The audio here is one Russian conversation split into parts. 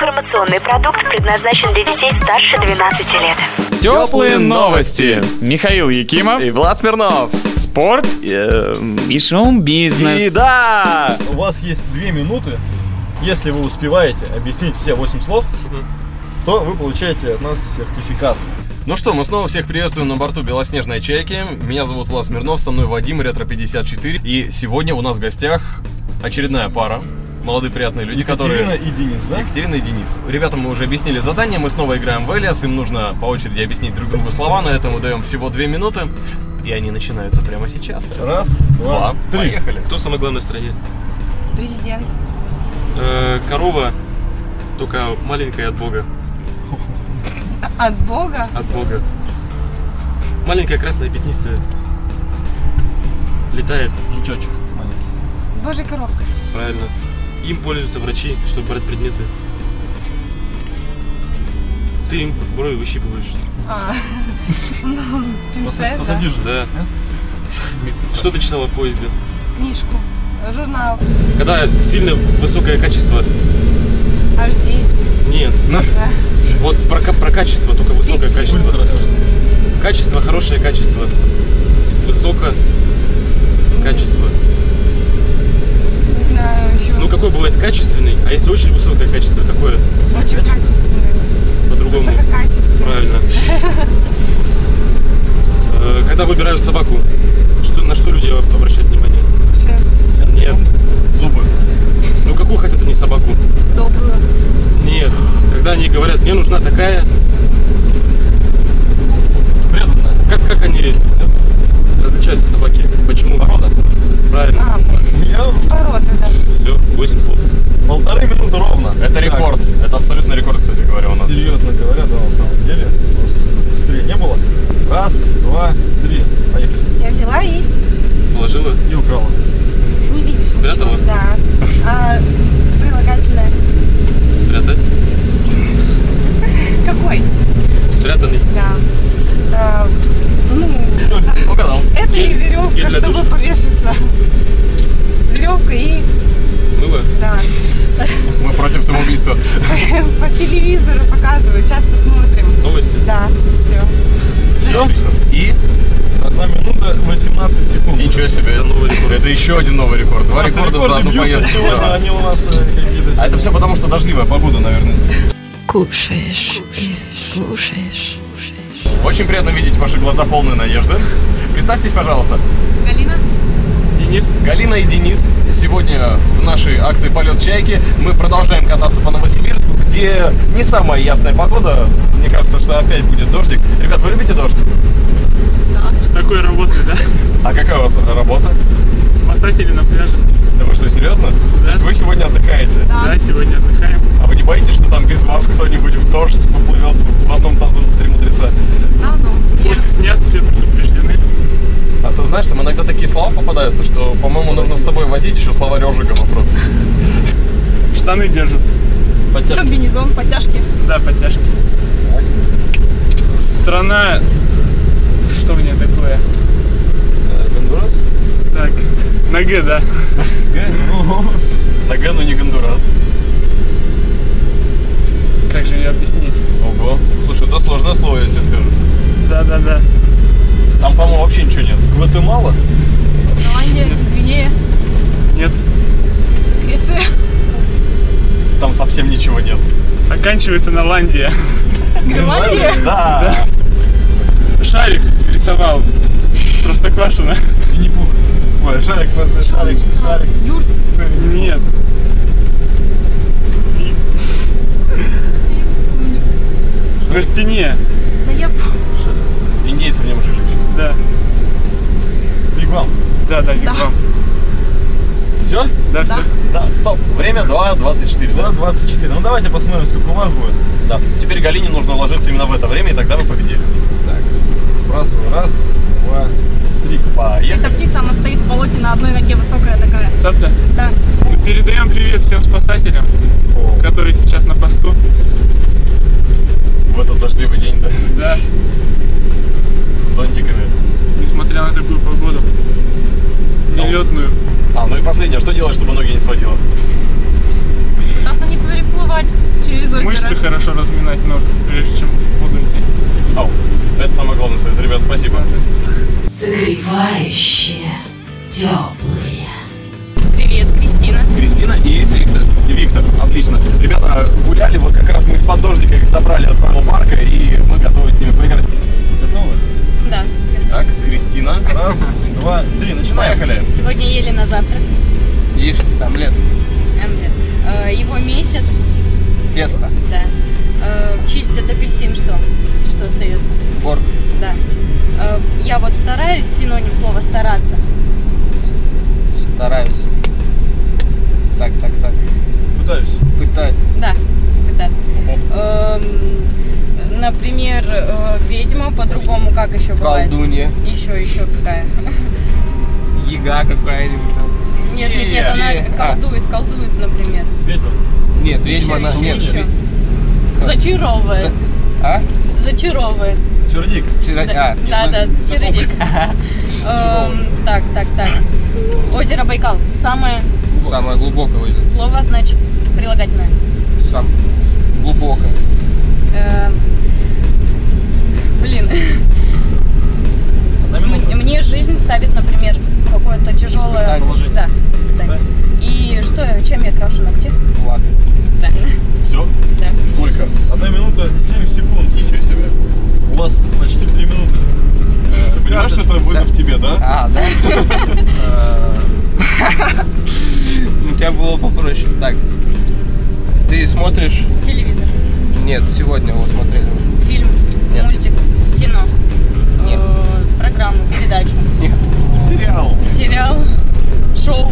Информационный продукт предназначен для детей старше 12 лет. Теплые новости. Михаил Якимов, И Влад Смирнов. спорт Эм, и шоу-бизнес. И да! У вас есть две минуты. Если вы успеваете объяснить все 8 слов, то вы получаете от нас сертификат. Ну что, мы снова всех приветствуем на борту Белоснежной Чайки. Меня зовут Влад Смирнов, со мной Вадим, Ретро 54. И сегодня у нас в гостях очередная пара. Молодые приятные люди, Екатерина которые... и Денис, да? Екатерина и Денис. Ребятам мы уже объяснили задание, мы снова играем в Элиас, им нужно по очереди объяснить друг другу слова, на этом мы даем всего две минуты, и они начинаются прямо сейчас. Раз, два, Два, три. поехали. Кто самый главный в стране? Президент. Э, корова, только маленькая от Бога. От Бога. От Бога. Маленькая красная пятнистая. Летает, Жучочек маленький. Божья коробка. правильно. Им пользуются врачи, чтобы брать предметы. Ты им брови выщипываешь. А, ну, Поса- пинцет, да. Посади же. Да. Что ты читала в поезде? Книжку. Журнал. Когда сильно высокое качество. HD. Нет. Вот про, ка- про качество, только высокое Пиксель. качество. Качество, хорошее качество. Высокое качество. Не знаю еще. Ну какой бывает качественный, а если очень высокое качество, какое Очень качественный. по-другому? Высококачественный. Правильно. Э, Когда выбирают собаку, что, на что люди обращают внимание? Шерсть. Нет. Зубы. Ну какую хотят они собаку? Добрую. Нет. Когда они говорят, мне нужна такая. Преданная. Как, как они различаются собаки? Почему? Порода. Правильно. А, Я порода, да. Все, 8 слов. полторы минуты ровно. Это рекорд, это абсолютный рекорд, кстати говоря, у Так, нас. серьезно говоря, да, на самом деле. Просто быстрее не было. Раз, два, три. Поехали. Я взяла и Положила. И украла. не видишь Спрятала? ничего. Да. А, прилагательное. Спрятать. Какой? Спрятанный. Да. А, ну, Угадал. это и Гель- веревка, гель для чтобы душа. повешаться. Веревка и, Мыло. да. ну Мы против самоубийства. По телевизору показывают, часто смотрим. Новости. Да, все. Все? И? Одна минута 18 секунд. Ничего себе. Это новый рекорд. Это еще один новый рекорд. Два Просто рекорда за рекорды одну бьются поездку. сегодня, Да. они у нас э, какие-то... А это все потому, что дождливая погода, наверное. Кушаешь, и слушаешь. Очень приятно видеть ваши глаза полные надежды. Представьтесь, пожалуйста. Денис. Галина и Денис. Сегодня в нашей акции «Полет чайки» мы продолжаем кататься по Новосибирску, где не самая ясная погода. Мне кажется, что опять будет дождик. Ребят, вы любите дождь? С такой работой, да? А какая у вас работа? Спасатели на пляже. Да вы что, серьезно? То есть вы сегодня отдыхаете? Да, сегодня отдыхаем. А вы не боитесь, что там без вас кто-нибудь в дождь поплывет в одном тазу на три мудреца? Пусть снят, все предупреждены. А ты знаешь, там иногда такие слова попадаются, что, по-моему, нужно с собой возить еще слова Режикова просто. Штаны держат. Комбинезон, подтяжки. Да, подтяжки. Страна... Что у меня такое? Гондурас? Так, на Г, да. Нога, но ну не Гондурас. Как же ее объяснить? Ого. Слушай, это сложное слово, я тебе скажу. Да, да, да. Там, по-моему, вообще ничего нет. Гватемала? Голландия, Ну, а Гвинея, Нет. Греция. Там совсем ничего нет. Оканчивается на Ландия. Гренландия. Да. Шарик рисовал. Просто квашено. Винни-Пух. Ой, шарик, шарик, шарик. Нет. На стене. Да я п- Индейцы в нем жили еще. Да. Вигвам. Да, да, Вигвам. Все? Да, все. Да, стоп. Время 2.24, да? 24. Ну давайте посмотрим, сколько у вас будет. Да. Теперь Галине нужно ложиться именно в это время, и тогда вы победили. Сбрасываю. Раз, два, три. Эта Поехали. птица, она стоит в болоте на одной ноге, высокая такая. Цапля? Да. Мы передаем привет всем спасателям, которые сейчас на посту. В этот дождливый день, да, Да, с зонтиками. несмотря на такую погоду. Нелетную. А, ну и последнее, что делать, чтобы ноги не сводило? Пытаться не переплывать через озеро. Мы мышцы хорошо разминать ног, прежде чем в воду идти. Ау, это самое главное совет, ребят, спасибо. Согревающие, теплые. Привет, Кристина. Кристина и Виктор. И Виктор, отлично. Ребята гуляли, вот как раз мы из-под дождика их забрали от парка, и мы готовы с ними поиграть. Готовы? Да. Так, Кристина. Раз, два, три, начинаем. Поехали. Сегодня ели на завтрак Ишь, омлет. омлет. Э, Его месят, Тесто. да. Э, Чистят апельсин, что? Что остается? Бор. Да. Э, Я вот стараюсь, синоним слова стараться. Стараюсь. Так, так, так. Пытаюсь. Пытаюсь. Да, пытаться. Эм, Например, э, ведьма по-другому как еще бывает? Колдунья. Еще, еще какая? Яга какая-нибудь там. Нет, нет, нет, она Е, а. колдует, колдует, например. Ведьма. Нет, Еще, ведьма, она... еще, Нет, еще. Как? Зачаровывает. А? Зачаровывает. Чердик. Чира- Да, а, да, да, чередик. Эм, Так, так, так. Озеро Байкал. Самое Самое глубокое выйдет. слово значит прилагательное. Сам. Глубоко. Эм, Блин. Одна М- минута. Мне жизнь ставит, например, какое-то тяжелое Испытание. Да, испытание. И что, я- чем я крашу ногти? Лак. Правильно. Все? Да. Сколько? Одна минута 7 секунд. Ничего себе. У вас почти 3 минуты. Э, Ты понимаешь, что это вызов тебе, да? А, да? У тебя было попроще. Так. Ты смотришь... Телевизор, Нет, сегодня вот смотрели. фильм, Нет. мультик, кино, э, программу, передачу, Сериал. сериал, шоу.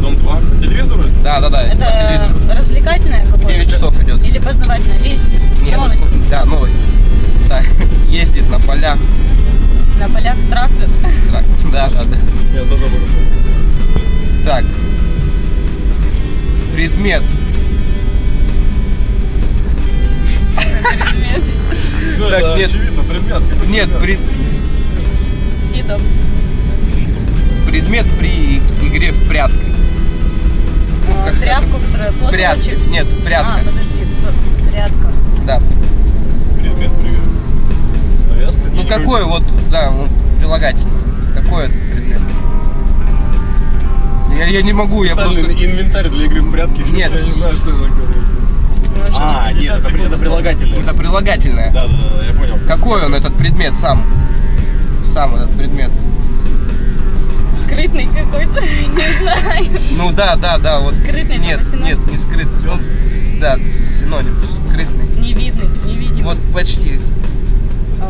Дом 2. По телевизору? Да, да, да, это по Это телевизору. развлекательное какое-то? 9 часов идет. Или познавательное? Вести, Нет, новости. Да, новости. Так, ездит на полях. На полях трактор. Так, да, да, да. Я тоже об этом думал. Так. Предмет. Все, Так, это нет. очевидно, предмет. Какой Нет, предмет? пред- Сидов. предмет при игре в прятки. Ну, Э, как Тряпку, которая это? платочек. Прятки. Нет, в А, прятках. подожди, п- прятка. Да. Предмет, привет. Повязка? Ну Или- какой вот, да, ну, прилагательный. Какой это предмет? Я, я не могу, я просто... Специальный инвентарь для игры в прятки. Нет. Я не знаю, что это такое. А, нет, это, это прилагательное. Это прилагательное. Да, да, да, я понял. Какой он, этот предмет сам? Сам этот предмет. Скрытный какой-то, не знаю. Ну да, да, да, вот. Скрытный, Нет, типа, синоним? нет, не скрытный. Он, да, синоним, скрытный. Невидный, невидимый. Вот почти.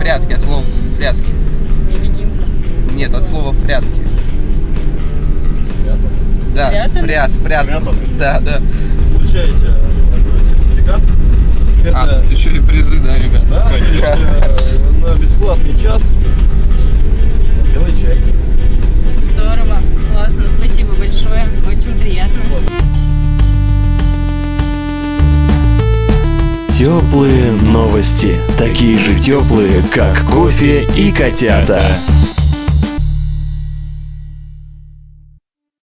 Прятки, от слова прятки. Невидимка. Нет, от слова прятки. Да, Спрятан? спрят, спрятан. Спрятан. Да, да. Получаете э, такой сертификат. Это, А, тут еще и призы, да, ребят. да, конечно, на бесплатный час. Белый чай. Здорово, классно, спасибо большое, очень приятно. Теплые новости. Такие же теплые, как кофе и котята.